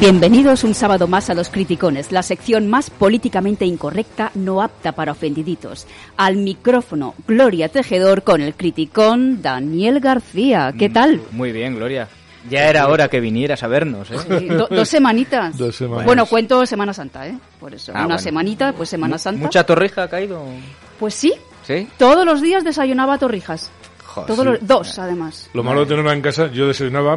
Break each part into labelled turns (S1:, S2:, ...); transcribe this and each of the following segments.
S1: Bienvenidos un sábado más a Los Criticones, la sección más políticamente incorrecta, no apta para ofendiditos. Al micrófono, Gloria Tejedor con el criticón Daniel García. ¿Qué tal?
S2: Muy bien, Gloria. Ya era hora que vinieras a vernos, ¿eh?
S1: Sí, do- dos semanitas.
S3: Mm. Dos semanas.
S1: Bueno, cuento Semana Santa, ¿eh? Por eso.
S2: Ah,
S1: Una
S2: bueno.
S1: semanita, pues Semana Santa.
S2: ¿Mucha torrija ha caído?
S1: Pues sí,
S2: ¿Sí?
S1: todos los días desayunaba torrijas.
S3: Ah,
S2: Joder,
S1: Todos
S2: sí.
S1: los- Dos, además.
S3: Lo malo de tenerla en casa, yo desayunaba,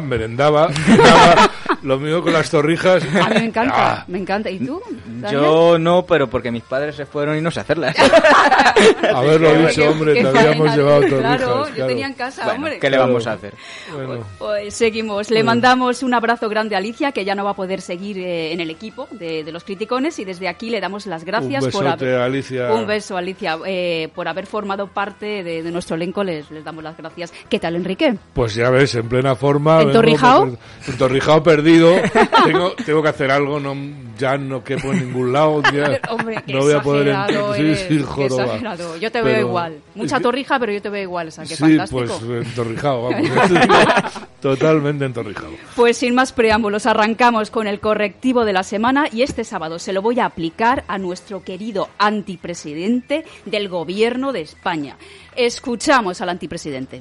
S3: merendaba, cenaba, lo mismo con las torrijas.
S1: A mí me encanta,
S3: Ah,
S1: me encanta. ¿Y tú? Daniel?
S2: Yo no, pero porque mis padres se fueron y no sé hacerlas.
S1: Ah,
S3: haberlo
S2: Qué-
S3: dicho,
S1: Qué-
S3: hombre,
S1: qué
S3: te habíamos
S1: faena,
S3: llevado
S1: claro,
S3: torrijas.
S1: yo
S3: claro.
S1: tenía en casa,
S2: Bueno,
S1: hombre.
S2: ¿Qué le vamos a hacer?
S3: Bueno,
S1: Pues seguimos. Le mandamos un abrazo grande a Alicia, que ya no va a poder seguir eh, en el equipo de, de los criticones, y desde aquí le damos las gracias
S3: Un
S1: por
S3: besote,
S1: haber.
S3: Alicia.
S1: Un beso, Alicia, eh, por haber formado parte de, de nuestro elenco. Les, les damos las gracias. ¿Qué tal, Enrique?
S3: pues ya ves, en plena forma. vengo
S1: torrijao?
S3: por- En torrijao perdido. tengo, tengo que hacer algo, no, ya no quepo en ningún lado. ya
S1: Hombre, qué
S3: no voy a poder
S1: exagerado
S3: entrar.
S1: eres,
S3: Sí, sí,
S1: qué
S3: joroba.
S1: exagerado. Yo te veo
S3: Pero-
S1: igual. Mucha
S3: Es que-
S1: torrija, pero yo te veo igual. O sea, que
S3: Sí,
S1: fantástico.
S3: pues entorrijado, vamos. Totalmente entorrijado.
S1: Pues sin más preámbulos, arrancamos con el correctivo de la semana y este sábado se lo voy a aplicar a nuestro querido antipresidente del Gobierno de España. Escuchamos al antipresidente.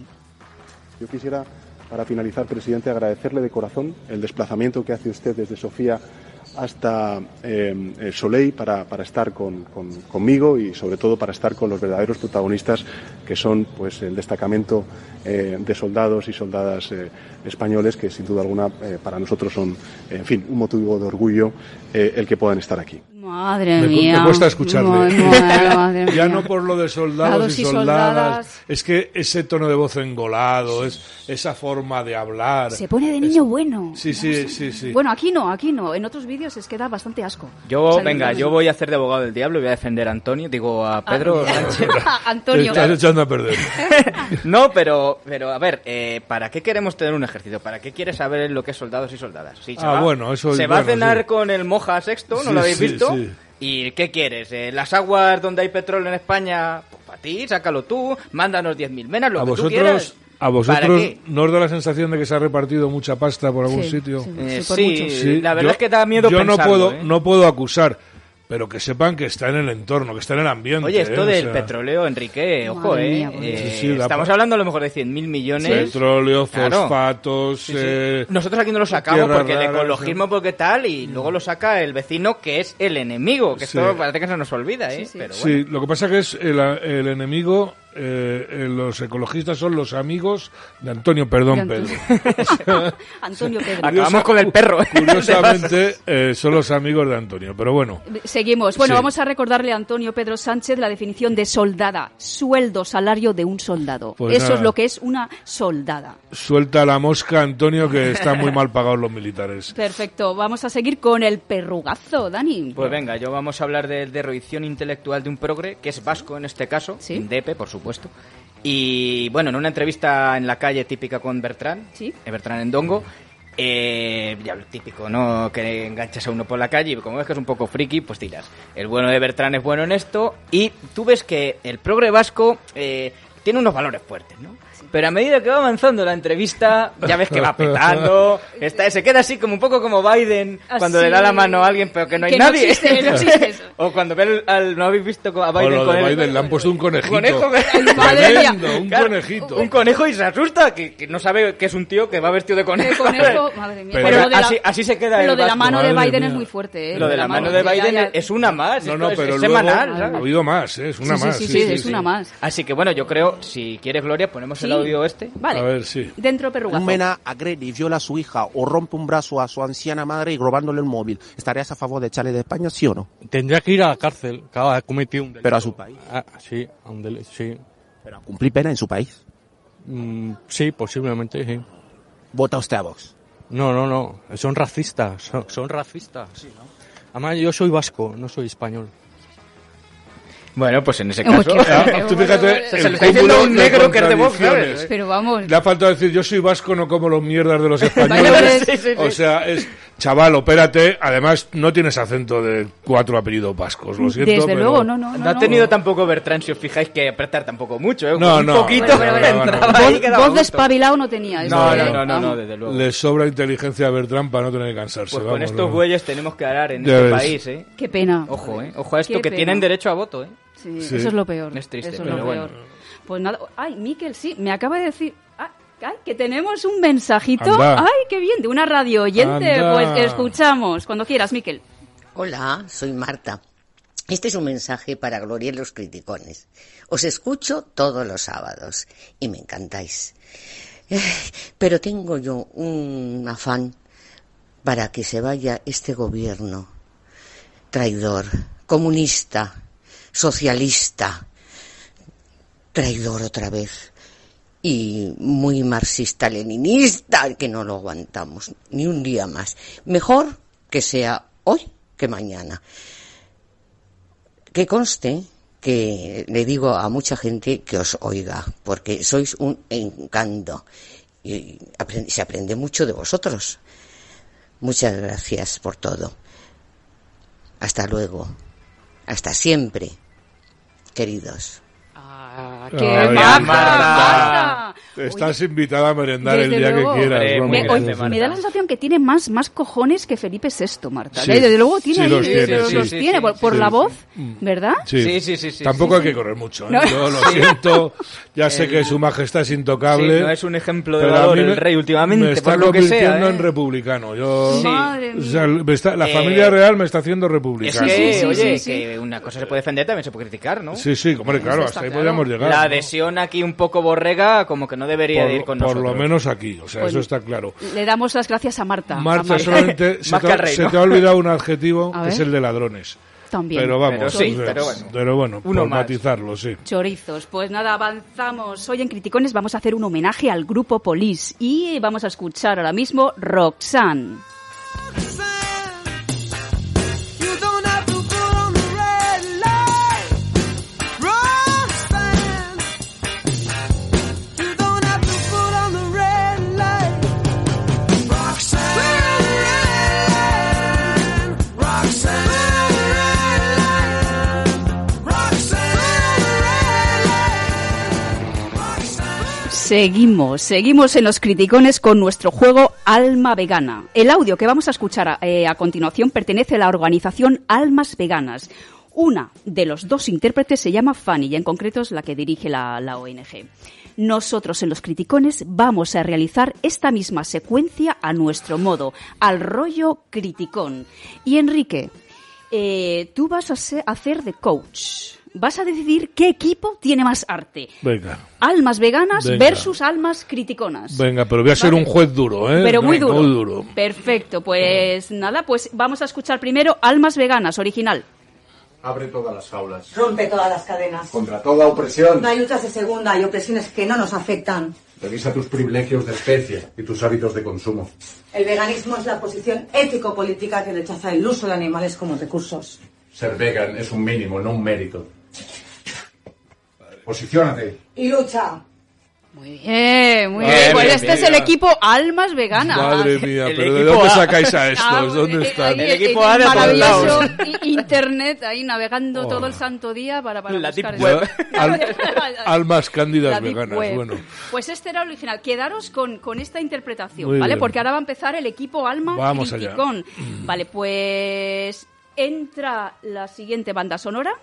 S4: Yo quisiera, para finalizar, presidente, agradecerle de corazón el desplazamiento que hace usted desde Sofía hasta eh, eh, Soleil para, para estar con- con- conmigo y, sobre todo, para estar con los verdaderos protagonistas que son pues, el destacamento eh, de soldados y soldadas eh, españoles que, sin duda alguna, eh, para nosotros son, en fin, un motivo de orgullo eh, el que puedan estar aquí.
S1: Madre
S3: Me cu-
S1: mía.
S3: me cuesta escucharle.
S1: Madre, madre, madre mía.
S3: Ya no por lo de soldados
S1: Soldados
S3: y
S1: y
S3: soldadas.
S1: soldadas.
S3: Es que ese tono de voz engolado, es, esa forma de hablar.
S1: Se pone de niño bueno.
S3: Sí, sí, sí, sí.
S1: Bueno, aquí no, aquí no. En otros vídeos es que da bastante asco.
S2: Yo,
S1: O sea,
S2: venga,
S1: no-
S2: yo voy a hacer de abogado del diablo y voy a defender a Antonio, digo
S1: Ah,
S2: a Pedro Sánchez.
S3: Te
S1: Antonio.
S3: estás echando a perder.
S2: No, pero, pero a ver, eh, ¿para qué queremos tener un ejército? ¿Para qué quieres saber lo que es soldados y soldadas? Si se
S3: Ah,
S2: va-
S3: bueno, eso es
S2: Se va
S3: bueno,
S2: a cenar
S3: sí.
S2: con el Moja Sexto, ¿no
S3: Sí,
S2: lo habéis
S3: sí,
S2: visto?
S3: sí.
S2: ¿Y qué quieres? Eh, ¿Las aguas donde hay petróleo en España? Pues para ti, sácalo tú, mándanos 10.000 menas, lo
S3: A
S2: que tú quieras.
S3: vosotros, a
S2: ¿Para
S3: vosotros
S2: qué?
S3: nos da la sensación de que se ha repartido mucha pasta por algún
S1: Sí,
S3: sitio.
S1: sí.
S2: Eh,
S1: Súper
S2: sí,
S1: mucho.
S3: Sí,
S2: la verdad
S3: yo-
S2: es que da miedo
S3: Yo no
S2: pensarlo,
S3: puedo,
S2: ¿eh?
S3: no puedo acusar, pero que sepan que está en el entorno, que está en el ambiente.
S2: Oye, esto
S3: ¿eh? O
S2: del
S3: sea,
S2: petróleo, Enrique, ojo,
S1: Madre
S2: ¿eh?
S1: mía, pues. bueno.
S2: Eh,
S3: Sí, sí, la-
S2: Estamos hablando a lo mejor de 100.000 millones.
S3: Petróleo,
S2: Claro.
S3: fosfatos.
S2: Sí, Mm. sí.
S3: eh,
S2: Nosotros aquí no lo sacamos
S3: tierras
S2: porque el
S3: raras,
S2: ecologismo, porque tal, y luego lo saca el vecino que es el enemigo, que
S3: Sí.
S2: esto parece que se nos olvida, ¿eh?
S1: Sí, sí.
S2: Pero bueno.
S3: Sí, lo que pasa que es el, el enemigo, eh, eh, los ecologistas son los amigos de Antonio
S1: De
S3: Perdón
S1: Antonio.
S3: Pedro.
S1: Antonio Pedro.
S2: Acabamos con el perro. ¿eh?
S3: Curiosamente eh, son los amigos de Antonio, pero bueno.
S1: Seguimos. Bueno,
S3: Sí.
S1: vamos a recordarle a Antonio Pedro Sánchez la definición de soldada. Sueldo, salario de un soldado.
S3: Pues
S1: Eso
S3: nada.
S1: es lo que es una soldada.
S3: Suelta la mosca, Antonio, que están muy mal pagados los militares.
S1: Perfecto. Vamos a seguir con el perrugazo, Dani.
S2: Pues venga, yo vamos a hablar de derroición intelectual de un progre, que es vasco en este caso,
S1: Sí.
S2: Depe, por supuesto. Y bueno, en una entrevista en la calle típica con Bertrán,
S1: Sí.
S2: eh, Bertrán Endongo, eh, ya lo típico, ¿no? Que enganchas a uno por la calle y como ves que es un poco friki, pues tiras. El bueno de Bertrán es bueno en esto y tú ves que el progre vasco eh, tiene unos valores fuertes, ¿no? Pero a medida que va avanzando la entrevista, ya ves que va petando, está, se queda así como un poco como Biden cuando
S1: Así.
S2: le da la mano a alguien, pero que no hay
S1: Que no
S2: nadie.
S1: existe, no existe eso.
S2: o cuando ve al, al- no habéis visto a
S3: O
S2: Biden
S3: lo
S2: con
S3: de
S2: el-
S3: Biden, le han puesto un conejito.
S2: conejo.
S1: Madre mía.
S3: Tremendo, un
S2: Claro,
S3: conejito.
S2: Un conejo y se asusta que, que no sabe que es un tío que va vestido de conejo.
S1: De conejo, madre mía.
S3: Pero-
S1: Pero lo de la-
S2: así- así se queda
S1: Lo
S2: el
S1: de la
S2: vasco.
S1: mano de
S3: Madre
S1: Biden
S3: mía.
S1: es muy fuerte, ¿eh?
S2: Lo de la mano de
S1: ya,
S2: Biden
S1: ya.
S2: es una más,
S3: No,
S2: esto
S3: no,
S2: es,
S3: pero
S2: es
S3: luego
S2: semanal.
S3: ha
S2: ¿sabes?
S3: habido más, ¿eh? es una
S1: Sí,
S3: más.
S1: sí, sí, sí, es una más.
S2: Así que bueno, yo creo, si quieres Gloria, ponemos
S1: Sí.
S2: el audio este.
S1: Vale.
S3: A ver, sí.
S1: Dentro perrugazo.
S5: Un mena agrede y viola a su hija o rompe un brazo a su anciana madre y robándole el móvil. ¿Estarías a favor de echarle de España, sí o no?
S6: Tendría que ir a la cárcel, claro, ha cometido un delito.
S5: Pero a su país.
S6: Ah, sí, a un delito, sí.
S5: Pero a cumplir pena en su país.
S6: Mm, sí, posiblemente, sí.
S5: Vota usted a Vox.
S6: No, no, no, son racistas, son, son racistas. Además, yo soy vasco, no soy español.
S2: Bueno, pues en ese
S1: Uy, qué
S2: caso.
S1: feo.
S3: Ah, tú fíjate,
S2: Se lo
S3: el
S2: está diciendo
S3: cúmulo
S2: a un negro que es de Vox,
S3: contradicciones.
S2: ¿sabes?
S1: Pero vamos.
S3: Le ha faltado decir, yo soy vasco, no como los mierdas de los
S1: Españoles,
S3: españoles.
S2: sí, sí, sí.
S3: O sea, es Chaval, opérate. Además, no tienes acento de cuatro apellidos vascos, lo siento.
S1: Desde
S3: pero-
S1: luego, no, no.
S2: No,
S1: No,
S2: ha
S1: no.
S2: tenido tampoco Bertrand, si os fijáis, que apretar tampoco mucho, ¿eh?
S3: No,
S2: un
S3: no.
S2: poquito
S3: Bueno, bueno, bueno,
S2: entraba
S3: bueno.
S2: ahí
S1: Voz-
S2: que daba
S1: Voz de
S2: gusto.
S1: espabilado no tenía. eso,
S2: No,
S1: ¿eh?
S2: no, no, no, no,
S1: Vamos.
S2: desde luego.
S3: Le sobra inteligencia a Bertrand para no tener que cansarse.
S2: Pues con
S3: vamos,
S2: estos
S3: ¿no?
S2: güeyes tenemos que arar en
S3: Ya
S2: este
S3: ves.
S2: país, ¿eh?
S1: Qué pena.
S2: Ojo, ¿eh? Ojo a esto,
S1: Qué
S2: que
S1: pena.
S2: tienen derecho a voto, ¿eh?
S1: Sí,
S3: Sí.
S1: eso es lo peor.
S2: Es triste,
S1: eso es
S2: pero
S1: lo
S2: bueno.
S1: peor. Pues nada, ay, Miquel, sí, me acaba de decir ah, ay, que tenemos un mensajito.
S3: Anda.
S1: Ay, qué bien, de una radio oyente.
S3: Anda.
S1: Pues escuchamos, cuando quieras, Miquel.
S7: Hola, soy Marta. Este es un mensaje para Gloria y los criticones. Os escucho todos los sábados y me encantáis. Eh, Pero tengo yo un afán para que se vaya este gobierno traidor, comunista, socialista, traidor otra vez y muy marxista-leninista, que no lo aguantamos ni un día más. Mejor que sea hoy que mañana. Que conste que le digo a mucha gente que os oiga, porque sois un encanto y aprend- se aprende mucho de vosotros. Muchas gracias por todo. Hasta luego. Hasta siempre, queridos.
S1: ¡Qué
S3: Ay,
S1: maja,
S2: Marta.
S1: Marta!
S3: Ah, Estás invitada a merendar el
S1: desde
S3: día
S1: luego.
S3: que quieras.
S2: Hombre,
S3: vamos.
S2: muy
S1: Me,
S2: bien,
S1: oye,
S2: Marta.
S1: me da la sensación que tiene más, más cojones que Felipe VI, Marta.
S3: Sí.
S1: Eh, Desde luego tiene,
S3: Sí,
S1: ahí,
S3: los tiene,
S1: los
S3: sí.
S1: los
S2: Sí,
S1: tiene,
S2: sí,
S1: por, por
S3: sí,
S1: la
S3: sí.
S1: voz, ¿verdad?
S3: Sí.
S2: Sí, sí, sí, sí,
S3: Tampoco
S2: sí,
S3: hay que correr mucho. ¿eh? Yo lo siento. Ya sé que su majestad es intocable.
S2: Sí, no es un ejemplo de
S3: pero a
S2: valor
S3: mí me-
S2: el rey últimamente,
S3: Me está
S2: por lo que sea,
S3: convirtiendo
S2: ¿eh?
S3: en republicano. Yo,
S2: Sí.
S1: Madre
S3: o
S1: mía.
S3: sea, me está- la
S2: Eh,
S3: familia real me está haciendo
S2: Es
S3: republicano.
S2: que,
S1: Sí, sí, sí, sí,
S2: oye,
S1: sí.
S2: que una cosa se puede defender, también se puede criticar, ¿no?
S3: Sí, sí, hombre, claro, hasta ahí
S1: claro.
S3: podríamos llegar.
S2: La
S3: ¿no?
S2: adhesión aquí un poco borrega, como que no debería de ir
S3: Por,
S2: con
S3: por
S2: nosotros.
S3: lo menos aquí, o sea,
S1: Pues-
S3: eso está claro.
S1: Le damos las gracias a Marta. a
S3: Marta,
S1: Marta.
S3: solamente se
S2: Más
S3: te,
S2: que
S3: ha-
S2: al rey,
S3: se
S2: ¿no?
S3: te ha olvidado un adjetivo,
S1: A
S3: que es
S1: ver.
S3: el de ladrones.
S1: También.
S3: Pero vamos,
S2: Pero sí,
S3: o sea,
S2: pero bueno.
S3: pero bueno,
S2: Uno
S3: por
S2: más.
S3: matizarlo, sí.
S1: Chorizos. Pues nada, avanzamos. Hoy en Criticones vamos a hacer un homenaje al grupo Polis y vamos a escuchar ahora mismo Roxanne. Seguimos, seguimos en los criticones con nuestro juego Alma Vegana. El audio que vamos a escuchar a, eh, a continuación pertenece a la organización Almas Veganas. Una de los dos intérpretes se llama Fanny y en concreto es la que dirige la, la ONG. Nosotros en los criticones vamos a realizar esta misma secuencia a nuestro modo, al rollo criticón. Y Enrique, eh, tú vas a se- hacer de coach. Vas a decidir qué equipo tiene más arte.
S3: Venga,
S1: Almas veganas
S3: Venga.
S1: versus almas criticonas.
S3: venga, pero voy a ser
S1: Vale.
S3: un juez duro, ¿eh?
S1: Pero muy
S3: Venga,
S1: duro. Perfecto, pues nada, pues vamos a escuchar primero Almas veganas, original.
S8: Abre todas las aulas.
S9: Rompe todas las cadenas.
S8: Contra toda opresión.
S9: No hay luchas de segunda, hay opresiones que no nos afectan.
S8: Revisa tus privilegios de especie y tus hábitos de consumo.
S9: El veganismo es la posición ético-política que rechaza el uso de animales como recursos.
S8: Ser vegan es un mínimo, no un mérito. Posiciónate.
S9: Y lucha.
S1: Muy bien, muy
S3: Madre
S1: bien. Pues
S3: mía.
S1: este es el equipo Almas veganas.
S3: Madre mía,
S2: El
S3: pero ¿de
S2: equipo
S3: dónde
S2: A.
S3: sacáis a
S1: Ah,
S3: estos? ¿Dónde
S1: eh, ahí,
S2: El
S3: están?
S1: eh,
S2: equipo
S1: eh,
S2: A de todos
S1: maravilloso
S2: lados.
S1: i- internet ahí navegando todo el santo día para, para
S2: La
S1: buscar
S2: deep web.
S3: Oh. Al- almas
S1: La
S3: cándidas
S1: deep
S3: veganas,
S1: web.
S3: bueno.
S1: Pues este era el original. Quedaros con, con esta interpretación,
S3: Muy
S1: ¿vale?
S3: bien.
S1: Porque ahora va a empezar el equipo Alma
S3: Vamos allá. Mm.
S1: Criticón. Vale, pues entra la siguiente banda sonora.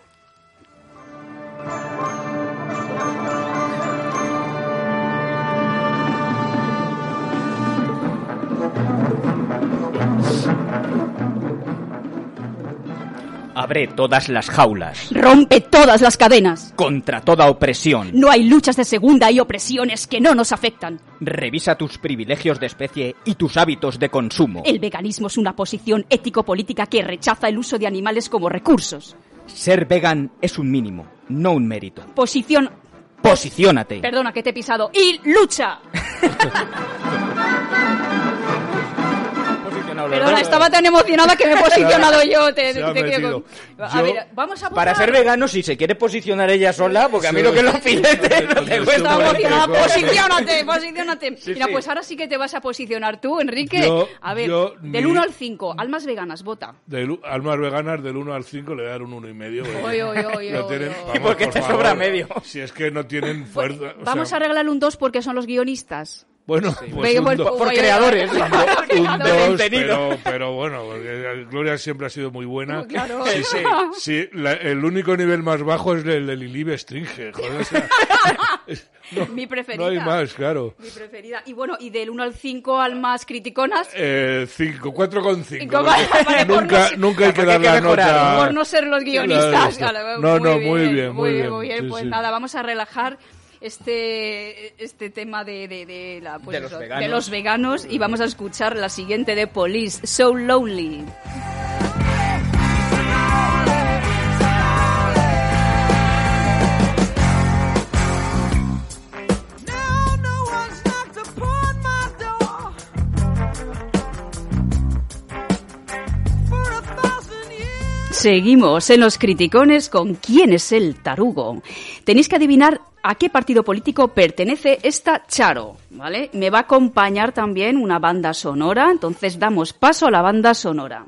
S2: Abre todas las jaulas.
S1: Rompe todas las cadenas.
S2: Contra toda opresión.
S1: No hay luchas de segunda y opresiones que no nos afectan.
S2: Revisa tus privilegios de especie y tus hábitos de consumo.
S1: El veganismo es una posición ético-política que rechaza el uso de animales como recursos.
S2: Ser vegan es un mínimo, no un mérito.
S1: Posición...
S2: Posiciónate.
S1: Perdona que te he pisado. Y lucha.
S2: Posicionado no lo
S1: Perdona,
S2: dudo.
S1: estaba tan emocionada que me he posicionado yo. Te,
S3: Se ha
S1: te quedo
S3: metido.
S1: con- A
S3: Yo-
S1: ver, vamos a votar.
S2: Para ser vegano, si se quiere posicionar ella sola, porque a mí lo que es los filetes no te cuesta
S1: Está
S3: Yo-
S1: emocionada.
S3: Yo-
S1: Posiciónate, posiciónate. Mira,
S2: sí.
S1: pues ahora sí que te vas a posicionar tú, Enrique.
S3: Yo-
S1: a ver,
S3: yo-
S1: del
S3: mi-
S1: 1 al 5, almas veganas, vota.
S3: Del u- almas veganas del 1 al 5 le voy a dar un 1,5. y medio. porque
S1: Oy, oy, oy,
S3: no
S1: oy,
S3: tienen-
S1: oy.
S3: vamos,
S2: ¿Y por qué te sobra medio?
S3: Si es que no tienen fuerza. Pues, o sea,
S1: Pues, Vamos a arreglarle un 2 porque son los guionistas.
S3: Bueno, pues
S1: Ve-
S3: un
S1: por-
S3: do-
S2: Por
S1: Oye,
S2: creadores.
S3: un
S1: Claro,
S3: dos,
S2: contenido.
S3: pero, pero bueno, porque eh, Gloria siempre ha sido muy buena.
S1: No, Pues claro.
S3: Sí, sí, sí, la- el único nivel más bajo es el de Lili Bestringe. joder, o sea,
S1: Mi preferida.
S3: no hay más, claro.
S1: Mi preferida. Y bueno, y del 1 al 5, almas criticonas.
S3: Eh, cinco, 4,5.
S1: Cinco, vale,
S3: porque
S1: vale, por
S3: nunca,
S1: no-
S3: nunca hay que
S2: porque
S3: dar
S2: hay que
S3: la
S2: mejorar,
S3: nota.
S1: por no ser los guionistas.
S3: ah, Claro,
S1: Claro,
S3: no, no, muy bien, muy bien,
S1: muy
S3: sí,
S1: pues
S3: sí.
S1: nada, vamos a relajar este este tema de, de- de la, pues
S2: De los
S1: eso,
S2: veganos.
S1: de los veganos y vamos a escuchar la siguiente de Police, So Lonely. Seguimos en los criticones con quién es el tarugo. Tenéis que adivinar a qué partido político pertenece esta Charo, ¿vale? Me va a acompañar también una banda sonora, entonces damos paso a la banda sonora.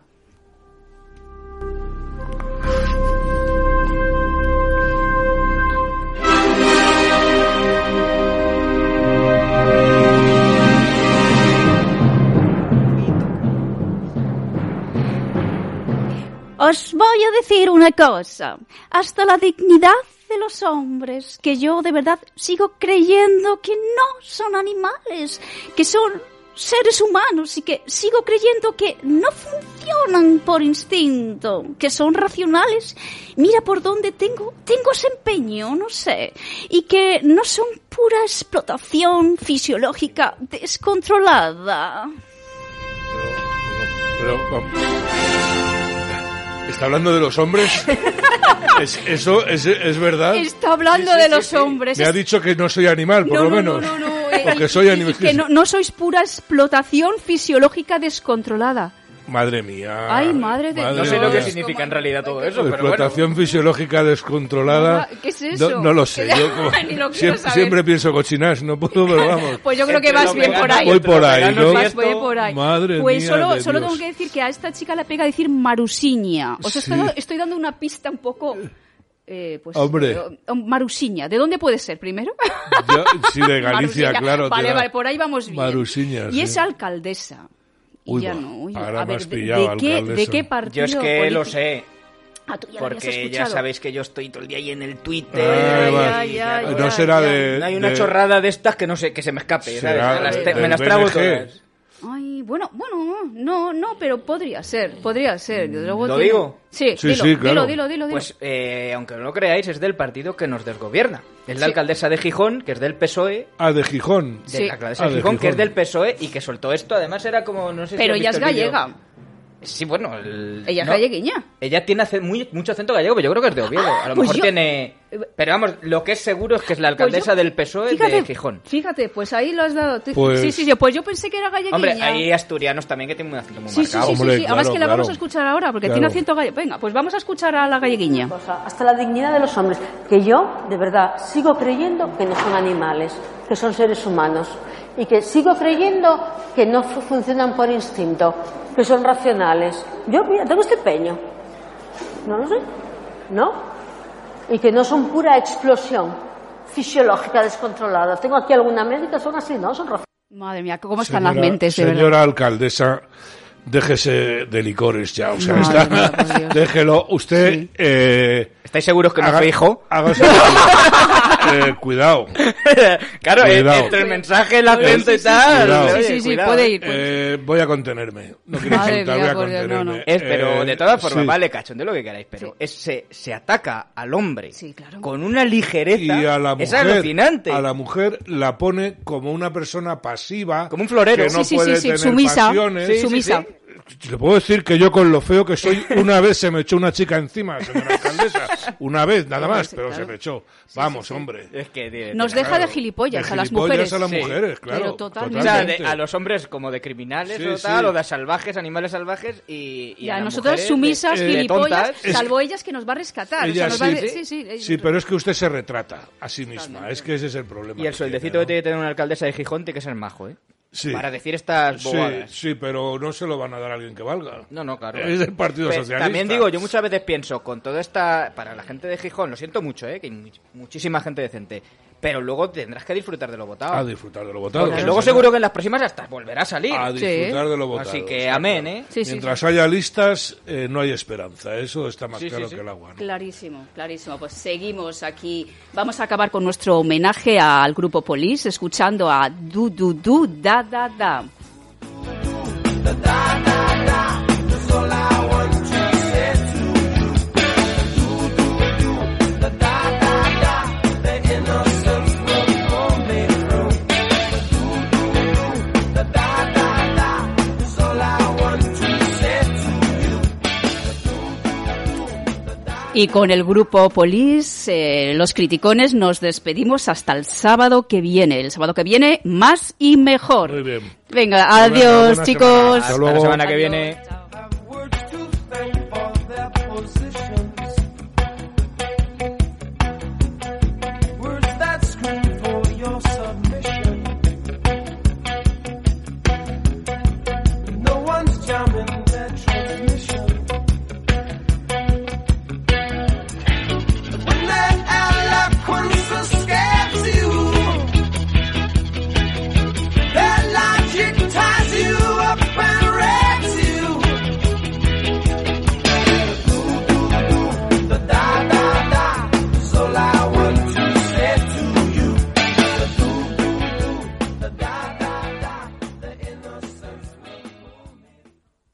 S1: Os voy a decir una cosa. Hasta la dignidad de los hombres, que yo de verdad sigo creyendo que no son animales, que son seres humanos y que sigo creyendo que no funcionan por instinto, que son racionales. Mira por dónde tengo, tengo ese empeño, no sé, y que no son pura explotación fisiológica descontrolada.
S3: Pero, vamos. ¿Está hablando de los hombres? ¿Es, ¿Eso es, es verdad?
S1: Está hablando de los hombres.
S3: Me ha dicho que no soy animal, por
S1: no,
S3: lo
S1: no,
S3: menos.
S1: No, no, no. eh,
S3: Porque
S1: y-
S3: soy
S1: y-
S3: animal.
S1: y que no, no sois pura explotación fisiológica descontrolada.
S3: Madre mía.
S1: Ay, madre de
S2: No sé lo que
S3: mía.
S2: significa en realidad todo eso, pero bueno.
S3: Explotación fisiológica descontrolada.
S1: ¿Qué es eso?
S3: No, no lo sé. Yo como-
S1: Ni lo quiero
S3: siempre,
S1: saber.
S3: siempre pienso cochinas, no puedo, pero vamos.
S1: Pues yo creo que vas
S2: Entre los
S1: bien por
S2: veganos,
S1: ahí.
S3: Voy por
S2: los
S3: ahí,
S2: veganos
S3: ¿no?
S2: y
S1: Vas
S2: esto-
S1: bien por ahí.
S3: Madre
S1: pues
S3: mía
S1: solo,
S3: de
S1: solo
S3: Dios.
S1: tengo que decir que a esta chica le pega decir marusiña. Os estoy,
S3: Sí.
S1: estoy dando una pista un poco... eh, pues,
S3: Hombre.
S1: eh, marusiña. ¿De dónde puede ser primero?
S3: Yo- sí, de Galicia,
S1: Marusiña.
S3: claro.
S1: Vale,
S3: tía.
S1: vale, por ahí vamos bien.
S3: Marusiña,
S1: Y
S3: sí.
S1: es alcaldesa. Y
S3: Uy,
S1: ya
S3: va,
S1: no. uy,
S3: ahora
S1: a
S3: me
S1: ver,
S3: has
S1: ¿de-
S3: pillado,
S1: ¿de, qué, ¿De
S3: alcaldesa.
S1: qué partido
S2: Yo es que lo
S1: político?
S2: sé,
S1: Ah, tú ya lo habías
S2: porque ya
S1: escuchado.
S2: sabéis que yo estoy todo el día ahí en el Twitter.
S3: Ay,
S2: y-
S3: vale.
S2: y-
S1: ¿eh? Ay,
S3: no
S1: ay,
S3: será
S1: ay.
S3: de.
S2: Hay una
S3: de-
S2: chorrada de estas que no sé, que se me escape, ¿sabes?
S3: será
S2: Me las, te-
S3: del
S2: me las trago
S3: BNG.
S2: todas.
S1: Ay, bueno, bueno, no, no, pero podría ser, podría ser. desde luego
S2: Mm, ¿Lo
S1: tiene-
S2: digo?
S1: Sí,
S3: Sí,
S1: dilo,
S3: sí,
S1: dilo, dilo,
S3: claro.
S1: dilo, dilo.
S2: Pues, eh, aunque no lo creáis, es del partido que nos desgobierna. Es la
S1: Sí.
S2: alcaldesa de Gijón, que es del PSOE.
S3: Ah, de
S2: E,
S3: Gijón.
S2: de
S1: Sí.
S2: la alcaldesa de
S3: Ah, de
S2: Gijón, que es
S3: Gijón.
S2: del PSOE E y que soltó esto. Además, era como. No sé si
S1: pero
S2: has
S1: ella es
S2: visto el vídeo.
S1: gallega.
S2: Sí, bueno. el-
S1: Ella es
S2: no.
S1: galleguiña.
S2: Ella tiene ace- muy, mucho acento gallego, pero yo creo que es de Oviedo. A lo
S1: pues
S2: mejor
S1: yo-
S2: tiene. Pero vamos, lo que es seguro es que es la
S1: Pues
S2: alcaldesa
S1: yo-
S2: del PSOE E de Gijón.
S1: Fíjate, pues ahí lo has dado. tú.
S3: Pues-
S1: Sí, sí, sí, pues yo pensé que era galleguiña.
S2: Hombre, hay asturianos también que tienen un acento muy
S1: Sí, sí, sí,
S2: marcado.
S1: sí, sí,
S3: Hombre,
S1: Además
S3: claro,
S1: que la vamos
S3: claro.
S1: a escuchar ahora, porque tiene
S3: Claro.
S1: acento gallego. Venga, pues vamos a escuchar a la galleguiña.
S10: cosa, hasta la dignidad de los hombres, que yo, de verdad, sigo creyendo que no son animales, que son seres humanos, y que sigo creyendo que no fu- funcionan por instinto, que son racionales. Yo mira, tengo este peño, no lo sé, ¿no? Y que no son pura explosión fisiológica descontrolada. Tengo aquí alguna médica, son así, ¿no? Son racionales.
S1: Madre mía, cómo están las
S3: Señora-
S1: mentes, de
S3: Señora
S1: verdad.
S3: alcaldesa, déjese de licores ya. O sea,
S1: Madre
S3: está-
S1: mía, por Dios.
S3: déjelo. Usted. Eh,
S2: ¿Estáis seguros que no
S3: haga-
S2: soy hijo?
S3: hágase- eh, cuidado.
S2: claro, eh,
S3: Cuidado.
S2: entre el mensaje, el acento y
S3: Cuidado.
S2: tal.
S1: Sí,
S2: oye,
S1: sí, sí,
S2: cuidado.
S1: puede ir. puede ir.
S3: Eh, voy a contenerme. No quiero
S1: Madre
S3: insultar,
S1: mía,
S3: voy a
S1: por Dios, no,
S3: contenerme.
S1: no.
S2: Es, pero
S3: Eh,
S2: de todas formas,
S3: sí.
S2: vale, cachón de lo que queráis, pero es- se, se ataca al hombre
S1: Sí, claro.
S2: con una ligereza.
S3: y a la
S2: es
S3: mujer,
S2: alucinante.
S3: a la mujer la pone como una persona pasiva,
S2: Como un florero.
S3: que no
S1: Sí, sí,
S3: puede
S1: sí, sí,
S3: tener
S1: sumisa,
S3: pasiones,
S1: Sí, sí, sumisa. sí.
S3: Le puedo decir que yo con lo feo que soy, una vez se me echó una chica encima, señora alcaldesa. Una vez, nada más, pero se me echó. Vamos, hombre.
S1: Eh,
S2: Es que tiene-
S1: Nos
S2: tiene-
S1: deja de gilipollas
S3: De
S1: a las
S3: gilipollas
S1: mujeres.
S3: a las
S2: Sí.
S3: mujeres, claro.
S1: Pero totalmente.
S2: O sea, de- a los hombres como de criminales
S3: Sí,
S2: o tal,
S3: sí.
S2: o de salvajes, animales salvajes y, y
S1: Y a
S2: las
S1: nosotras
S2: mujeres de-
S1: sumisas,
S2: de
S1: gilipollas,
S2: tontas.
S1: salvo ellas que nos va a rescatar. O sea,
S3: Ella
S1: nos va a- sí, sí, eh,
S3: Sí, pero es que usted se retrata a sí misma. Es que ese es el problema.
S2: Y el sueldecito que tiene que tener una alcaldesa de Gijón tiene que ser majo, ¿eh?
S3: Sí.
S2: Para decir estas
S3: Sí,
S2: bobadas.
S3: sí, pero no se lo van a dar a alguien que valga.
S2: No, no, claro.
S3: Es del Partido
S2: Pues,
S3: Socialista.
S2: También digo, yo muchas veces pienso, con toda esta... Para la gente de Gijón, lo siento mucho, ¿eh? Que hay mu- muchísima gente decente. Pero luego tendrás que disfrutar de lo votado.
S3: A disfrutar de lo votado.
S2: Porque
S3: sí,
S2: luego
S3: señor.
S2: seguro que en las próximas hasta volverá a salir.
S3: A disfrutar de lo votado.
S2: Así que
S3: está
S2: amén,
S3: claro.
S2: ¿eh?
S3: Mientras haya listas, eh, no hay esperanza. Eso está más
S2: Sí, sí,
S3: claro
S2: sí.
S3: que el agua. ¿no?
S1: Clarísimo, clarísimo. Pues seguimos aquí. Vamos a acabar con nuestro homenaje al grupo Polis, escuchando a Du Du Du Da Da Da. Y con el grupo Polis, eh, los criticones, nos despedimos hasta el sábado que viene. El sábado que viene, más y mejor.
S3: Muy bien.
S1: Venga,
S3: Pues venga,
S1: adiós,
S3: buena
S1: chicos.
S3: semana. Hasta
S2: Hasta la
S3: luego.
S2: semana que viene.